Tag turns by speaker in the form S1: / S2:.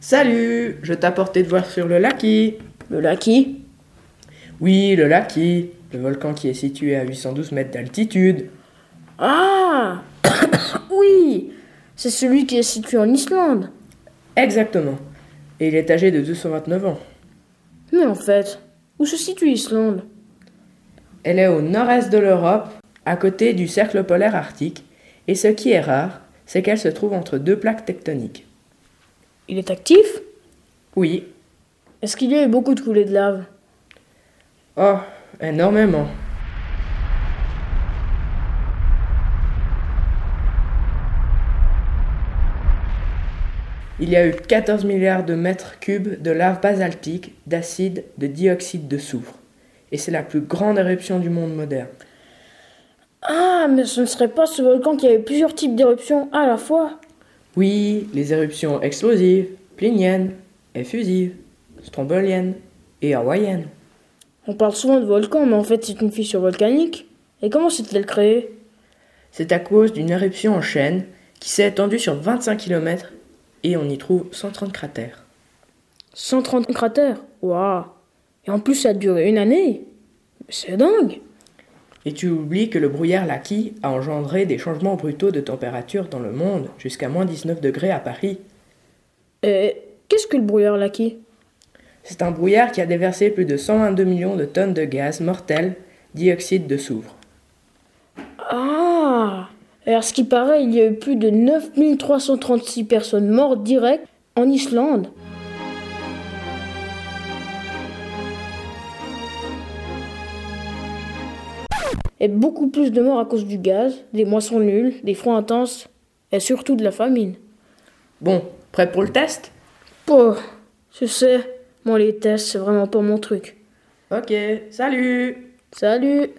S1: Salut, je t'apporte tes devoirs sur le Laki.
S2: Le Laki
S1: Oui, le Laki, le volcan qui est situé à 812 mètres d'altitude.
S2: Ah Oui C'est celui qui est situé en Islande.
S1: Exactement. Et il est âgé de 229 ans.
S2: Mais en fait, où se situe l'Islande
S1: Elle est au nord-est de l'Europe, à côté du cercle polaire arctique, et ce qui est rare, c'est qu'elle se trouve entre deux plaques tectoniques.
S2: Il est actif
S1: Oui.
S2: Est-ce qu'il y a eu beaucoup de coulées de lave
S1: Oh, énormément. Il y a eu 14 milliards de mètres cubes de lave basaltique, d'acide, de dioxyde de soufre. Et c'est la plus grande éruption du monde moderne.
S2: Ah, mais ce ne serait pas ce volcan qui avait plusieurs types d'éruptions à la fois
S1: Oui, les éruptions explosives, pliniennes, effusives, stromboliennes et hawaïennes.
S2: On parle souvent de volcan, mais en fait c'est une fissure volcanique. Et comment s'est-elle créée
S1: C'est à cause d'une éruption en chaîne qui s'est étendue sur 25 km et on y trouve 130 cratères.
S2: 130 cratères Waouh Et en plus ça a duré une année C'est dingue
S1: Et tu oublies que le brouillard Laki a engendré des changements brutaux de température dans le monde, jusqu'à moins 19 degrés à Paris.
S2: Et qu'est-ce que le brouillard Laki
S1: C'est un brouillard qui a déversé plus de 122 millions de tonnes de gaz mortel, dioxyde de soufre.
S2: Ah Alors ce qui paraît, il y a eu plus de 9336 personnes mortes directes en Islande. Et beaucoup plus de morts à cause du gaz, des moissons nulles, des froids intenses et surtout de la famine.
S1: Bon, prêt pour le test
S2: Pouh, je sais, moi les tests, c'est vraiment pas mon truc.
S1: Ok, salut
S2: Salut